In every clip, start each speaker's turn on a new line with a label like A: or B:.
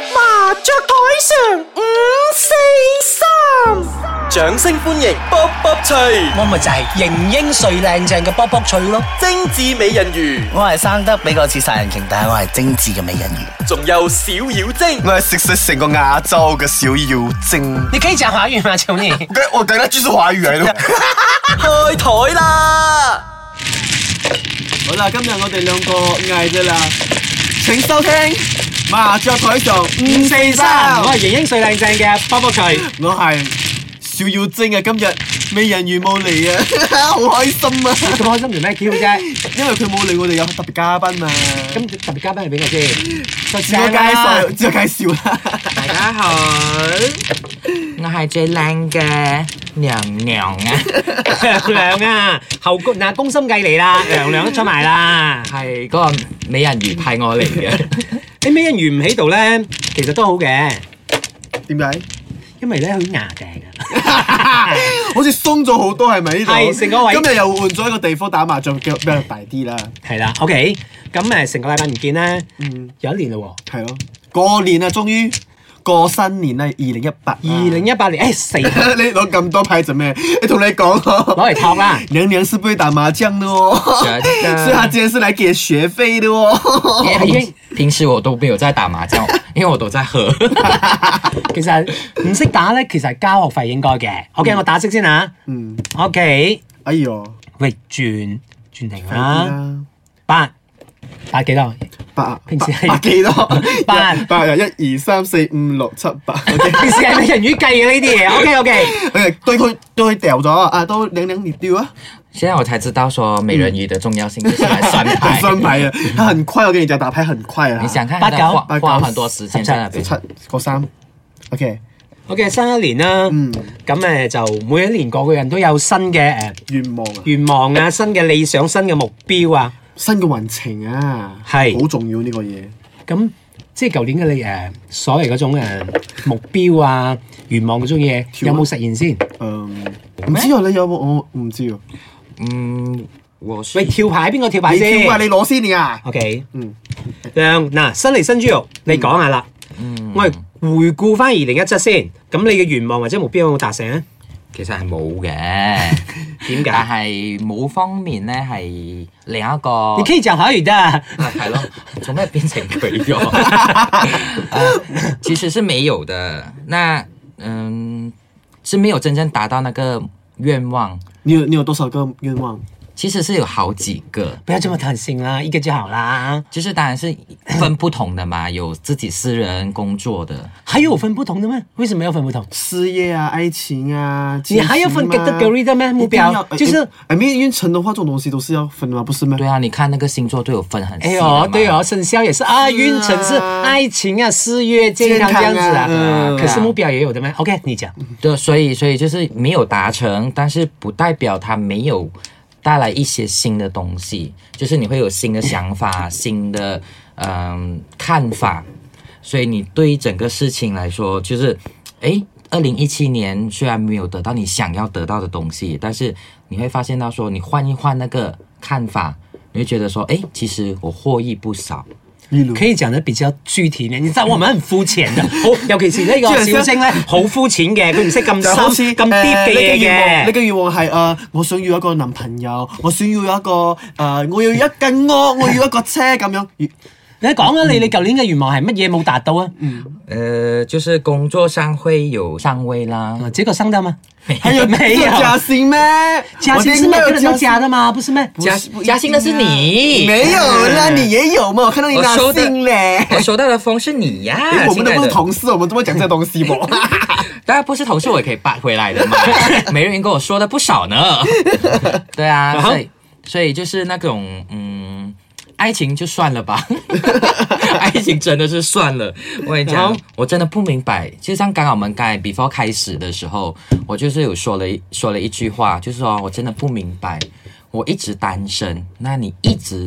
A: 着台上五四三，掌聲歡迎卜卜脆，
B: 我咪就係型英帥靚正嘅卜卜脆咯，
A: 精緻美人魚，
C: 我係生得比較似殺人鯨，但係我係精緻嘅美人魚。
A: 仲有小妖精，
D: 我係食食成個亞洲嘅小妖精。
B: 你可以講華語嗎？求你。
D: 我我等下繼續華語嚟咯。
A: 開台啦！
E: 好啦，今日我哋兩個嗌啫啦，請收聽麻雀台上五四三，
B: 我係型英帥靚正嘅卜卜 脆。
E: 我係小妖精啊！今日美人魚冇嚟啊，好開心啊！
B: 咁開心做咩 Q 啫？
E: 因為佢冇嚟，我哋有特別嘉賓啊！
B: 咁特別嘉賓係邊個先？
E: 就自我介紹，自我介紹啦。
F: 大家好，我係最靚嘅娘娘啊，
B: 娘娘啊，後宮嗱宮心計嚟啦，娘娘都出埋啦。
F: 係嗰個美人魚派我嚟嘅。
B: 你美人魚唔喺度咧，其實都好嘅，
E: 點解？
B: 因為咧佢牙病啊。
E: 好似鬆咗好多係咪呢度？
B: 係成個位
E: 今日又換咗一個地方打麻雀，比較比較大啲啦。
B: 係啦，OK，咁誒成個禮拜唔見啦，
E: 嗯，
B: 有一年嘞喎。
E: 係咯，過年啊，終於過新年啦，二零一 八。
B: 二零一八年，誒死啦，
E: 你攞咁多牌做咩？你同你講
B: 攞嚟托啦。
E: 娘娘是不會打麻將的哦，
F: 真的
E: 所以她今天是來給學費的哦。
F: 因為
B: 已經
F: 平時我都沒有在打麻將，因為我都在喝。
B: 其實唔識打咧，其實係交學費應該嘅。OK，我打色先嚇。
E: 嗯，
B: OK，
E: 哎呦，
B: 喂，轉轉停
E: 快啲
B: 啦。
F: 啊
E: 啦，
B: 八八幾多？
E: 八
B: 平時係
E: 八幾多？
B: 八
E: 八又一二三四五六七八。OK，
B: 平時係美人魚計嘅呢啲嘢。OK OK，
E: OK，對佢對佢掉咗啊，都娘娘你丟啊，
F: 現在我才知道說美人魚的重要性就是來算牌
E: 很。分牌啊，他很快，我跟你講，打牌很快啊
F: 你。想看
B: 八
F: 他
B: 九
F: 花
E: 八九
F: 花很多時間在那邊
E: 七。個三，OK，
B: OK，新一年啦，
E: 嗯
B: 咁誒就每一年個個人都有新嘅誒
E: 願望啊，
B: 願望啊、新嘅理想、新嘅目標啊。
E: 新嘅運程啊，
B: 係
E: 好重要呢個嘢。
B: 咁即係舊年嘅你誒所謂嗰種誒目標啊、願望嗰種嘢，
E: 跳
B: 有
E: 啊
B: 冇實現先？
E: 嗯，唔知啊，你有冇？我唔知啊。
F: 嗯，我是
B: 喂，跳牌邊個跳牌
E: 你
B: 先
E: 跳啊，你攞先你啊。
B: ？OK。
E: 嗯，
B: 亮嗱，新嚟新豬肉，你講下啦。
F: 嗯
B: 我哋回顧翻二零一七先，咁你嘅願望或者目標有冇達成啊？
F: 其實係冇嘅。
B: 點解
F: 嗯但係冇方面咧係另一個
B: 你。可以講華語的。
F: 啊，係咯， 做咩變成佢 咗？呃其實是沒有的。那嗯，是沒有真正達到那個願望。
E: 你有你有多少個願望？
F: 其實是有好幾個，
B: 不要這麼貪心啦，一個就好啦。
F: 就是當然是分不同的嘛，有自己私人工作的。
B: 還有分不同的嗎？為什麼要分不同？
E: 事業啊，愛情啊，
B: 你還要分
E: 親情啊
B: category 的咩目標
E: 一定要
B: 就是
E: 呃呃命運程的話，這種東西都是要分的嘛，不是咩？
F: 對啊，你看那個星座都有分很細
B: 哎
F: 的
B: 呦，
F: 嘛
B: 對哦，生肖也是啊，運程是愛情啊、事業、健康這樣子
E: 健康
B: 啊。嗯
E: 啊
B: 可是目標也有的咩？OK，你講。
F: 對，啊所以所以就是沒有達成，但是不代表它沒有帶來一些新的東西，就是你會有新的想法、新的嗯、看法，所以你对整个事情来说，就是诶，二零一七年虽然没有得到你想要得到的东西，但是你会发现到说，你换一换那个看法，你会觉得说，诶，其实我获益不少。
E: 例如
B: 可以講得比較具體啲，你知道我們很膚淺 的，好，尤其是啊呢個小星咧，好膚淺嘅，佢唔識 咁
E: 就好似
B: 深、咁
E: 呃
B: deep 嘅
E: 你嘅
B: 嘢
E: 願望，你
B: 呃嘅。
E: 嘅願望係誒，我想要一個男朋友，我想要一個誒、呃我要一間屋，我要一個車咁 樣。
B: 你講啊，你你舊年嘅願望係乜嘢冇達到啊？
F: 呃，就是工作上会有上位啦，
B: 啊，結果生得嗎？
E: 還有
B: 沒有
E: 假薪咩？
B: 加薪
E: 我
B: 啊是
E: 聽
B: 每
E: 到
B: 個人都
E: 加薪
B: 加的嗎？不是咩？
F: 加加薪的是你，
E: 沒有啦，
B: 嗯
E: 你也有嘛？我看到你拿薪咧。
F: 我收到的風是你呀、
E: 哎我們
F: 親
E: 都
F: 愛
E: 不是
F: 的，
E: 同事，我們怎麼會講這東 西不？
F: 當然不是同事，我也可以拔回來的嘛。媒人跟我說的不少呢。 對啊，所以所以就是那种嗯，愛情就算了吧， 愛情真的是算了。我跟你
B: 然後
F: 講，我真的不明白，就像剛好我們剛才 before 開始的時候，我就是有說了一說了一句話，就是說我真的不明白，我一直單身，那你一直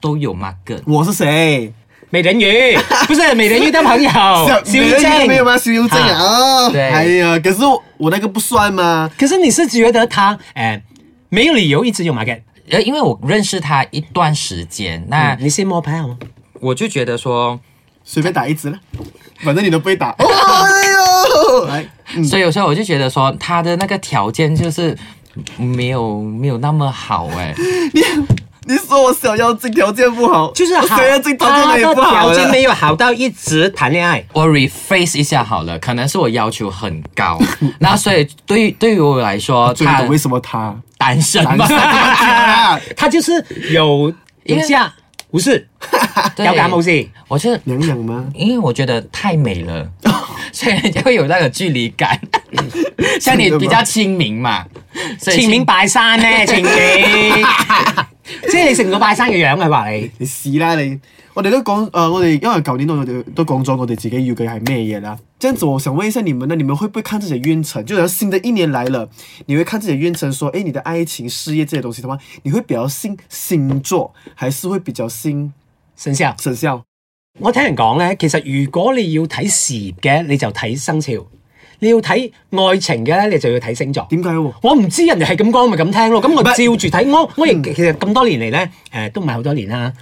F: 都有那個。
E: 我是誰？
B: 美人魚， 不是美人魚的朋友，小
E: 沒有沒有
B: 正。
E: 嗎？修正哦啊！哦
F: 對
E: 哎呀，可是我我那個不算嘛。
B: 可是你是覺得他誒、呃沒有理由一直有 market，
F: 呃，因為我認識他一段時間，那
E: 嗯
B: 啊你先摸牌好嗎？
F: 我就覺得說，
E: 隨便打一支啦。反正你都被打。哦哎呦，来，
F: 所以有时候我就觉得说，他的那个条件就是没有没有那么好哎、
E: 你你说我想要这条件不好，
B: 就是
E: 我
B: 好
E: 想要这，条
B: 他
E: 件也
B: 的
E: 不好
B: 条件
E: 了
B: 没有好到一直谈恋爱。
F: 我 rephrase 一下好了，可能是我要求很 高，那所以对于对于我来说，
E: 啊最
F: 他
E: 懂为什么他
F: 单身
E: 单
F: 嘛
E: 身，啊？
B: 他就是有有
F: 因为
B: 价无市，
F: 对
B: 有價冇市。
F: 我是
E: 娘娘吗？
F: 因为我觉得太美 了，所以人家会有那个距离感，像你比较亲民嘛，所以
B: 前面拜山咧，前面，即係你成個拜山嘅樣嘅話你。
E: 你試啦你！我哋都講誒、呃我哋因為舊年我哋都講咗我哋自己要嘅係咩嘢啦。這樣子，我想問一下你們呢，你們會不會看自己的運程？就是新的一年來了，你會看自己的運程，說，哎，你的愛情、事業這些東西的話，你會比較信星座，還是會比較信
B: 生肖，
E: 生肖？
B: 我聽人講咧，其實如果你要睇事業嘅，你就睇生肖；你要睇愛情嘅咧，你就要睇星座。
E: 點解喎？
B: 我唔知人哋係咁講，咪咁聽咯。咁我
E: 唔係
B: 照
E: 嗯
B: 住睇，我我亦其實咁多年嚟咧，誒、都唔係好多年 啦，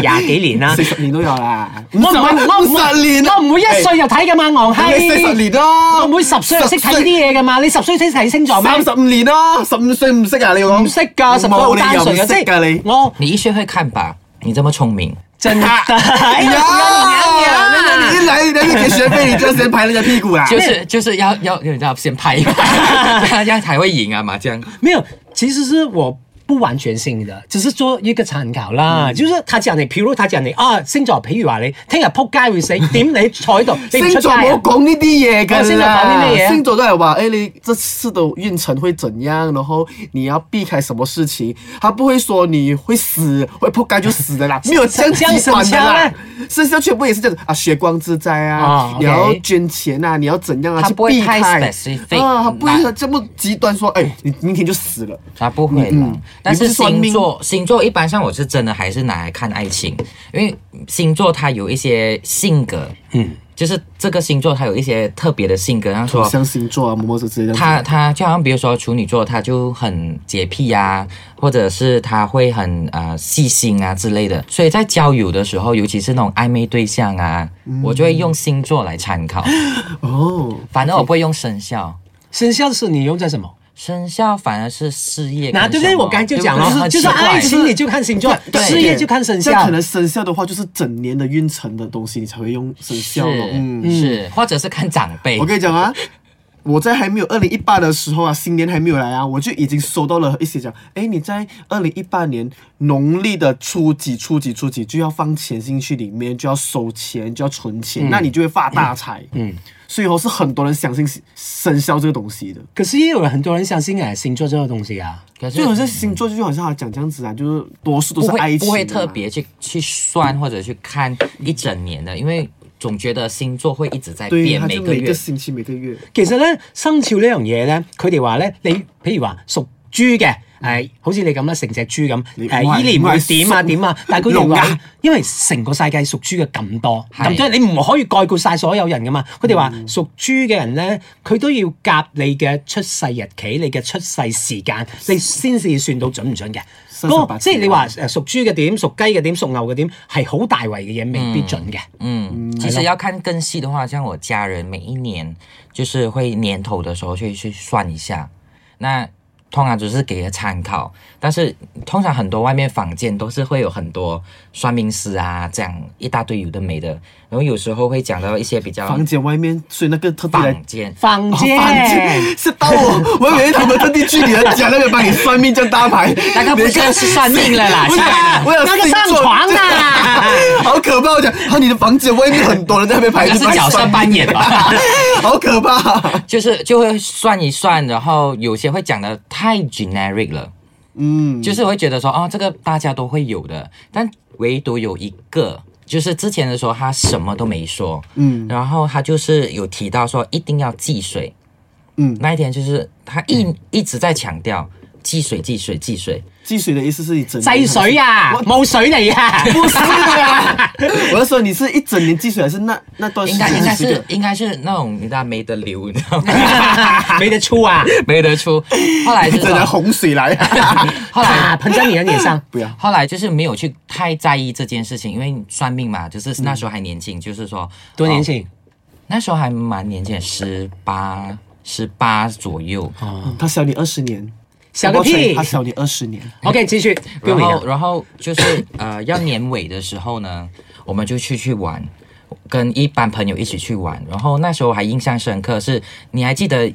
B: 廿幾年啦
E: 四。十年都有啦，
B: 我唔係我唔
E: 五十年
B: 會
E: 啊，
B: 我唔會一歲就睇噶嘛，昂閪。
E: 你四十年啦，
B: 我唔會十歲就識睇呢啲嘢噶嘛。你十歲先睇星座咩？
E: 三十五年啦，十五歲唔識啊？你要講
B: 唔識㗎，十歲好
E: 冇理
B: 單
E: 由唔
B: 純嘅，即
E: 識㗎你
B: 係。我
F: 你一学会看吧，你这么聪明，
B: 真的。 哎呀
E: 呀！ 你一来，人家给学费，你就先拍人家屁股啦。
F: 就是就是要要你知道先拍 一拍， 这样才会赢啊麻将。
B: 没有，其实是我不完全信的，只是做一个参考啦。
E: 嗯
B: 就是他讲你，譬如他讲你啊，星座，譬如话你聽日撲街 會死，點你坐喺度，你唔
E: 星
B: 出街
E: 座冇
B: 啊？
E: 講呢啲嘢
B: 哦星
E: 㗎啦，
B: 座講啲咩嘢
E: 星座都係話，誒、你這次的運程會怎樣，然後你要避開什麼事情，他不會說你會死，會撲街就死的啦，沒有這樣
B: 像
E: 極端的啦
B: 像。
E: 生肖全部也是這樣子啊，血光之灾啊，
B: 哦
E: 你要
B: OK
E: 捐錢啊，你要怎樣啊，
F: 他
E: 去
F: 不會
E: 避
F: 太
E: 開
F: specific，
E: 啊，他不
F: 那
E: 會這麼極端說，誒、你明天就死了。
F: 啊，不
B: 嗯
F: 会啦。但
E: 你不
F: 是
E: 是算
F: 星
E: 命
F: 座，星座一般上我是真的还是拿来看爱情，因为星座它有一些性格，嗯，就是这个星座它有一些特别的性格，像说
E: 像星座啊，某某之之类的。
F: 他他就好像比如说处女座，他就很洁癖啊，或者是他会很呃细心啊之类的，所以在交友的时候，尤其是那种暧昧对象啊，
B: 嗯
F: 我就会用星座来参考，
E: 哦，
F: 反正我不会用生肖。
B: 生肖是你用在什么？
F: 生肖反而是事业
B: 那
F: 跟什么，
B: 对不对？我刚才就讲
F: 对不
B: 了，
F: 对
B: 就是
F: 很奇怪
B: 爱情你就看星座，
F: 对
B: 事业就看生
E: 像
B: 肖
E: 可。能生肖的话，就是整年的运程的东西，你才会用生
F: 是
E: 肖咯。嗯，
F: 是，或者是看长辈
E: 我。跟你讲啊，我在还没有二零一八的时候啊，新年还没有来啊，我就已经收到了一些讲，哎，你在二零一八年农历的初几、初几、初几就要放钱进去里面，就要收钱，就要存钱，
F: 嗯
E: 那你就会发大财。嗯，所以我是很多人相信生肖这个东西的。
B: 可是也有很多人相信哎星座这个东西啊，
F: 可是
E: 就好像星座，就好像他讲这样子啊，就是多数都
F: 不
E: 是
F: 会
E: 爱情啊
F: 不会
E: 的
F: 特
E: 嘛
F: 别去去算或者去看一整年的，因为总觉得星座会一直在
E: 对，
F: 变，
E: 他
F: 每
E: 就
F: 个
E: 每
F: 月
E: 个。星期每个月。
B: 其實咧生肖呢樣嘢咧，佢哋話咧，你譬如話屬豬嘅，誒、好似你咁啦，成隻豬咁，
E: 你
B: 誒
E: 唔係
B: 依年
E: 唔
B: 會
E: 係
B: 點啊
E: 屬
B: 點啊，但係佢哋
E: 龍
B: 話
E: 啊，
B: 因為成個世界屬豬嘅咁多，
F: 係
B: 咁即係你唔可以概括晒所有人噶嘛。佢哋話
E: 嗯
B: 屬豬嘅人咧，佢都要夾你嘅出世日期、你嘅出世時間，你先至算到準唔準嘅。
E: 生辰
B: 嗰
E: 八啊
B: 個
E: 字
B: 即係你話誒屬豬嘅點、屬雞嘅點、屬牛嘅點，係好大圍嘅嘢，未必準嘅。
F: 嗯，其实要看更细的话，像我家人每一年就是会年头的时候去去算一下，那通常只是给个参考，但是通常很多外面坊间都是会有很多算命师啊，这样一大堆有的没的，然后有时候会讲到一些比较
E: 房间外面，所以那个特地来
F: 坊间
B: 房
E: 哦
B: 間。
E: 是到我，我以为他们特地去你的家那边帮你算命叫大牌，
F: 那个不算是算命 了啦，
E: 不是
F: 亲爱的，
E: 我有
B: 那个
E: 星
B: 上
E: 座
B: 床啊！
E: 好可怕！我讲，然后你的房间外面很多人在那边排
F: 那
E: 队，
F: 是角色扮演 吧？
E: 好可怕。
F: 就是就会算一算，然后有些会讲的太 generic 了，
E: 嗯，
F: 就是会觉得说哦，这个大家都会有的，但唯独有一个。就是之前的时候，他什么都没说，
E: 嗯
F: 然后他就是有提到说一定要忌水，
E: 嗯
F: 那一天就是他一、一直在强调忌水忌水忌水，
E: 积水的意思是你整年
B: 制水啊，
E: 我
B: 冇水嚟啊！
E: 不是啊！我是说你是一整年积水，还是那那段时
F: 应该应
E: 间
F: 该
E: 积水
F: 是
E: 的？
F: 应该是那种你知道没得流，你知道吗？
B: 没得出啊！
F: 没得出。后 来就
E: 整
F: 是
E: 年洪水来，
F: 后来
B: 啊，喷在你的脸上，
E: 不要
F: 后来就是没有去太在意这件事情，因为算命嘛，就是那时候还年轻，就是说
B: 多年、
F: 哦
B: 轻，
F: 那时候还蛮年轻，十八十八左右。
E: 他小你二十年，
B: 小个屁
E: 他小你二十年，
B: OK，继续。跟
F: 然
B: 我一
F: 后，
B: 样
F: 然后就是呃，要年尾的时候呢，我们就去去玩，跟一班朋友一起去玩。然后那时候还印象深刻是，你还记得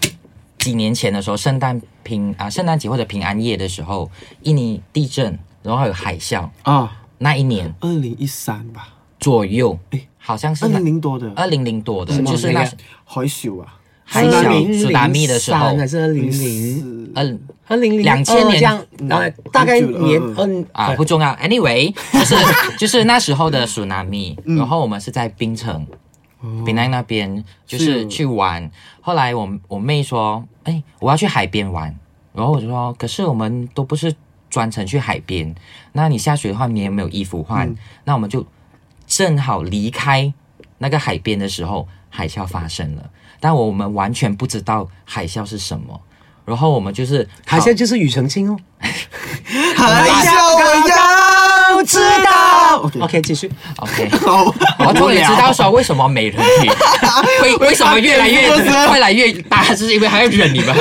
F: 几年前的时候，圣诞平啊、圣诞节或者平安夜的时候，印尼地震，然后还有海啸，
E: 啊，
F: 那一年
E: 二零一三吧，
F: 左右，好像是
E: 二零零多的
F: 二啊零零多的，就是那
B: 那个
E: 海啸啊，
F: 海啸苏达米的时候
B: 2003，还是二零零
E: 是
F: 嗯。
B: 二零零
F: 2000年
B: 这样，然后大概
E: 很久了
B: 年
E: 嗯
B: 嗯
F: 啊，不重要。Anyway，就是就是那时候的 tsunami，然后我们是在槟城，槟城那边就是
E: 是
F: 去玩。后来我我妹说，哎，我要去海边玩，然后我就说，可是我们都不是专程去海边，那你下雪的话，你也没有衣服换，那我们就正好离开那个海边的时候，海啸发生了，但我们完全不知道海啸是什么。然后我们就是
B: 好
F: 跑
B: 像就是庾澄庆哦。
E: 海啸，我要知道。OK，
B: OK，继续。
F: OK，
E: 好，
F: 我终于知道说为什么美人鱼为为什么越来越
E: 就是
F: 越来越大，就是因为还要忍你们。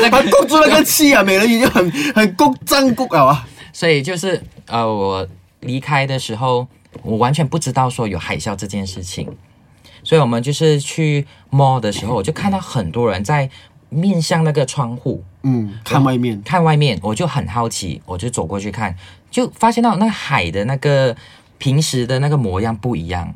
F: 那
E: 他
F: 个，
E: 勾住那个气啊，美人鱼就很很勾张勾啊哇，
F: 所以就是呃，我离开的时候，我完全不知道说有海啸这件事情，所以我们就是去 mall 的时候，我就看到很多人在面向那个窗户
E: 嗯，看外面，
F: 看外面，我就很好奇，我就走过去看，就发现到那海的那个平时的那个模样不一样，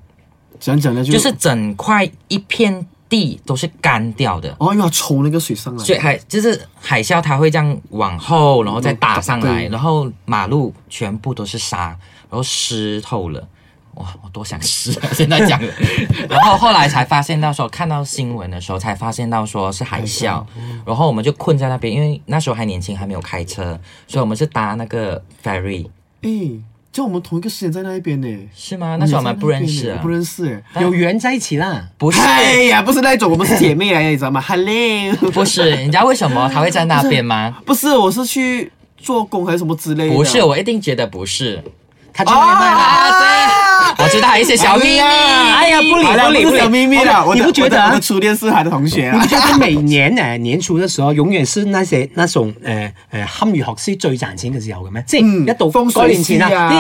E: 讲讲呢就
F: 就是整块一片地都是干掉的。
E: 哦，又要冲那个水上来，
F: 所以海就是海啸，它会这样往后，然后再打上来，
E: 对
F: 然后马路全部都是沙，然后湿透了。哇，我多想湿啊！ 现在 讲的，然后后来才发现到说，看到新闻的时候才发现到说是海啸，然后我们就困在那边，因为那时候还年轻，还没有开车，所以我们是搭那个 ferry，
E: 哎，就我们同一个时间在那一边呢。
F: 是吗？那时候我们不认识
E: 我
F: 啊
E: 不，认识哎。
B: 有缘在一起啦。
F: 不是，
E: 哎呀，不是那种，我们是姐妹来啊 的，你知道吗？Hello，
F: 不是，你知道为什么他会在那边吗？
E: 不是，我是去做工还是什么之类的。
F: 不是，我一定觉得不是。
B: 他去外卖啦。
F: 啊，对，我知道一些小秘密。
B: 哎呀，不理
E: 好了
B: 不
E: 不
B: 理
E: 是小秘密了。
B: 我
E: 我
B: 你
E: 的
B: 不觉得
E: 我的我
B: 啊
E: 的？初恋是他的同
B: 你
E: 学 啊
B: 不？觉得每年誒年初嘅時候，永遠是那些那呃種誒誒堪輿學師最賺錢嘅時候嘅咩？即
E: 嗯
B: 係一到
E: 風水
B: 嗰年前
E: 師
B: 啊，
E: 啊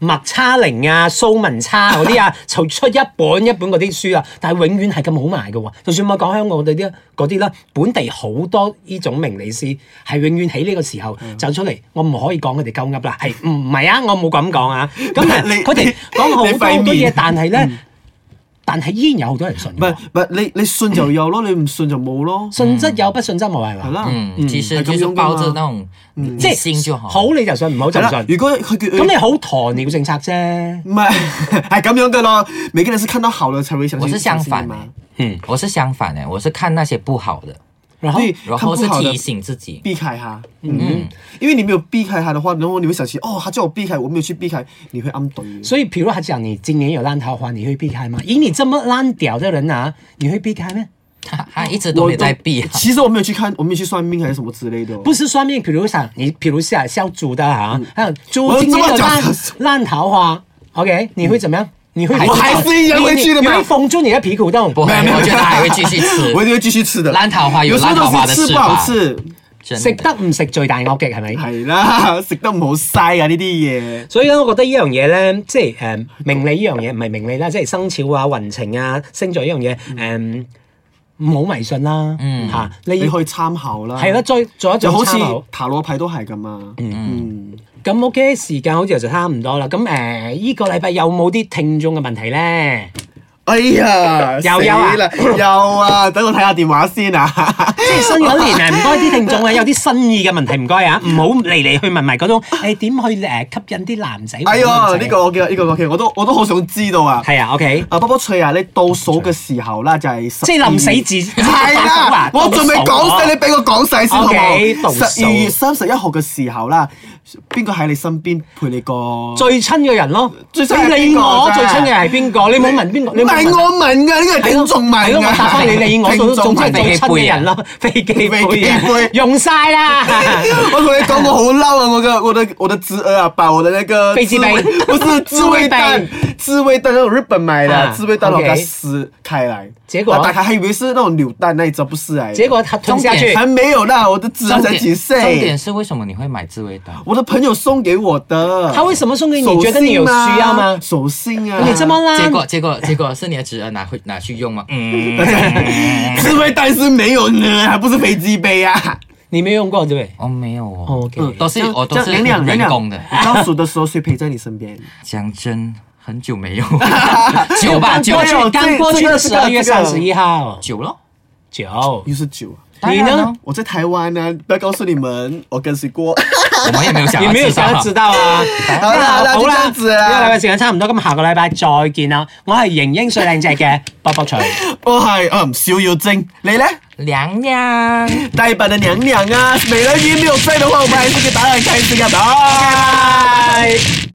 B: 啲誒麥叉零啊、蘇文叉嗰啲啊， 就出一本一本嗰啲書啊，但係永遠係咁好賣嘅喎。就算我講香港嗰啲嗰啲啦，本地好多呢種名理師係永遠喺呢個時候
E: 嗯
B: 走出嚟，我唔可以講佢哋鳩噏啦，係唔係啊？我冇咁講啊。咁但係
E: 你
B: 佢哋講好多
E: 你
B: 好
E: 塊
B: 多嘢
E: 面，
B: 但係咧，但係依然有好多人信嘅
E: 唔係
B: 喎。
E: 唔係，你你信就有咯，你唔信就冇咯，
B: 信則有，不信則無係嘛
E: 係？啦。
F: 嗯，其实
E: 係咁
F: 就是
E: 樣㗎
F: 抱着
E: 嘛嗯
F: 那种
B: 即
F: 即
B: 係
F: 心就好。
B: 好你就信，唔好就
E: 係
B: 唔
E: 啦，
B: 信。
E: 如果佢叫哎
B: 咁你好鴕鳥政策啫。
E: 唔係 係咁樣嘅咯，每個人是看到好了才會相
F: 我
E: 信。
F: 是相反
E: 嘛
F: 的，，我是相反欸的，我是看那些不好的，
B: 然後
E: 所以
F: 然
E: 嗯看
F: 后
E: 不
F: 是
E: 好的
F: 提醒自己。
E: 避開它。嗯，因為你沒有避開它的話，然後你會想起哦，他叫我避開，我沒有去避開，你會暗懟。
B: 所以，譬如他講你今年有爛桃花，你會避開嗎？以你這麼爛屌的人啊，你會避開咩？
F: 他他一直都没在避啊。
E: 其实我没有去看，我没有去算命还是什么之类的、哦。
B: 不是算命，比如想你，比如下消主的啊，還有
E: 嗯我
B: 豬
E: 有
B: 今年有
E: 這麼
B: 爛
E: 講
B: 爛桃花，OK，你會怎麼樣？你會
F: 我
E: 還是一樣會去的
B: 你
E: 嘛
B: 你會封住你的皮股洞。
F: 不会，我觉得他还会继续吃
E: 我。一定会继续吃的。
F: 烂桃花有
E: 有时
F: 烂
E: 候
F: 桃花
E: 都
F: 的
E: 是
F: 吃
E: 吃不
F: 法
E: 好吃，
B: 食
F: 真的，
B: 得唔食最大惡極係咪？
E: 系啦， 食得唔好嘥啊呢啲嘢。
B: 所以咧，我覺得呢樣嘢咧，即係誒、命理呢樣嘢，唔係命理啦，即係生肖啊、運程啊、星座呢樣嘢，誒、唔好迷信啦，嚇、
F: 嗯
B: 嗯你啊
E: 你可以參考啦。
B: 係啦，，再做一
E: 就
B: 做
E: 好
B: 參
E: 似
B: 考。
E: 塔羅牌都係咁嘛。嗯，
B: 咁 OK，時間好似就差唔多啦。咁誒，依、個禮拜有冇啲聽眾嘅問題 咧？
E: 哎 呀，
B: 又有啊
E: 死啦有啊，等我睇下電話 先啊。
B: 即係新嗰年誒，唔該啲聽 眾啊，有啲新意嘅問題唔該啊，唔好嚟嚟去問埋嗰種 誒點、去誒吸引啲男仔。
E: 哎
B: 呀，
E: 呀，呢個我記得，呢個我記得，我都我都好想知道啊。
B: 係啊，OK，
E: 啊，波波翠啊，你倒數嘅時候啦，就係
B: 即係臨死之
E: 係 啦，我仲未講晒，你俾我講晒先好
B: 啊 OK，倒
E: 冇？
B: 數
E: 十二月三十一號嘅時候啦，邊個喺你身邊陪你過？
B: 最親嘅人咯，
E: 最親係
B: 你理
E: 邊個
B: 我
E: 啫
B: 最親嘅係邊個？你冇問邊個，你冇
E: 係我問㗎，呢個係聽眾問
B: 係咯，我
E: 㗎。
B: 答翻你，你我做總之係做親嘅人咯，啊 飛機杯啊
E: 飛機杯
B: 用晒啦。
E: 我同你講，我好嬲啊！我嘅我的我的侄兒啊，把我的那個
B: 飛機杯
E: 自衛不是自卫蛋，自卫蛋那种日本买的
B: 啊
E: 自卫蛋，我给它
B: OK
E: 撕开来，
B: 结果
E: 我打开还以为是那种扭蛋那一招，不是 哎，
B: 結果他吞下去
F: 重點，
E: 还没有呢，我的侄
F: 重
E: 儿才
F: 点
E: 几
F: 重
E: 岁，
F: 点是为什么你会买自卫蛋？
E: 我的朋友送给我的，
B: 他为什么送给你？
E: 手
B: 觉得你有需
E: 信啊
B: 要吗？
E: 手信啊，
B: 你这么烂，
F: 结果结果结果是你的侄儿拿回拿去用吗？嗯，
E: 自卫蛋是没有呢，还不是飞机杯啊？
B: 你没用过对不对？
F: 哦没有哦，
B: 哦，OK
E: 嗯
F: 都是
E: 这样
F: 我都是
E: 这样娘娘
F: 人工的
E: 娘娘你倒数的时候谁陪在你身边？
F: 讲真，很久 没有， 久吧
B: 刚
F: 久
B: 过
E: 哎
B: 去
E: 呦
B: 刚过去
E: 这
B: 的
E: 个
B: 十二月
E: 这个
B: 三十一号
F: 久了。
B: 九，
E: 又是酒啊。
F: 当
B: 你
F: 然
B: 呢
F: 咯？
E: 我在台湾呢、不要告诉你们我跟谁过。
F: 我们也没有想
B: 你
F: 要
B: 没有
F: 知道
B: 想要知道啊？
E: 好啦，
B: 好
E: 好啦，就這
B: 啦，
E: 樣
B: 呢
E: 子
B: 個禮
E: 啦
B: 拜。時間差唔多，咁下個禮拜再見啦。我係型英帥靚仔嘅卜卜徐，
E: 我係嗯小妖精，你呢？
F: 娘娘。
E: 大版的娘啊娘啊，美人鱼没有飞的话，我们还是可以打得很开心的。拜拜。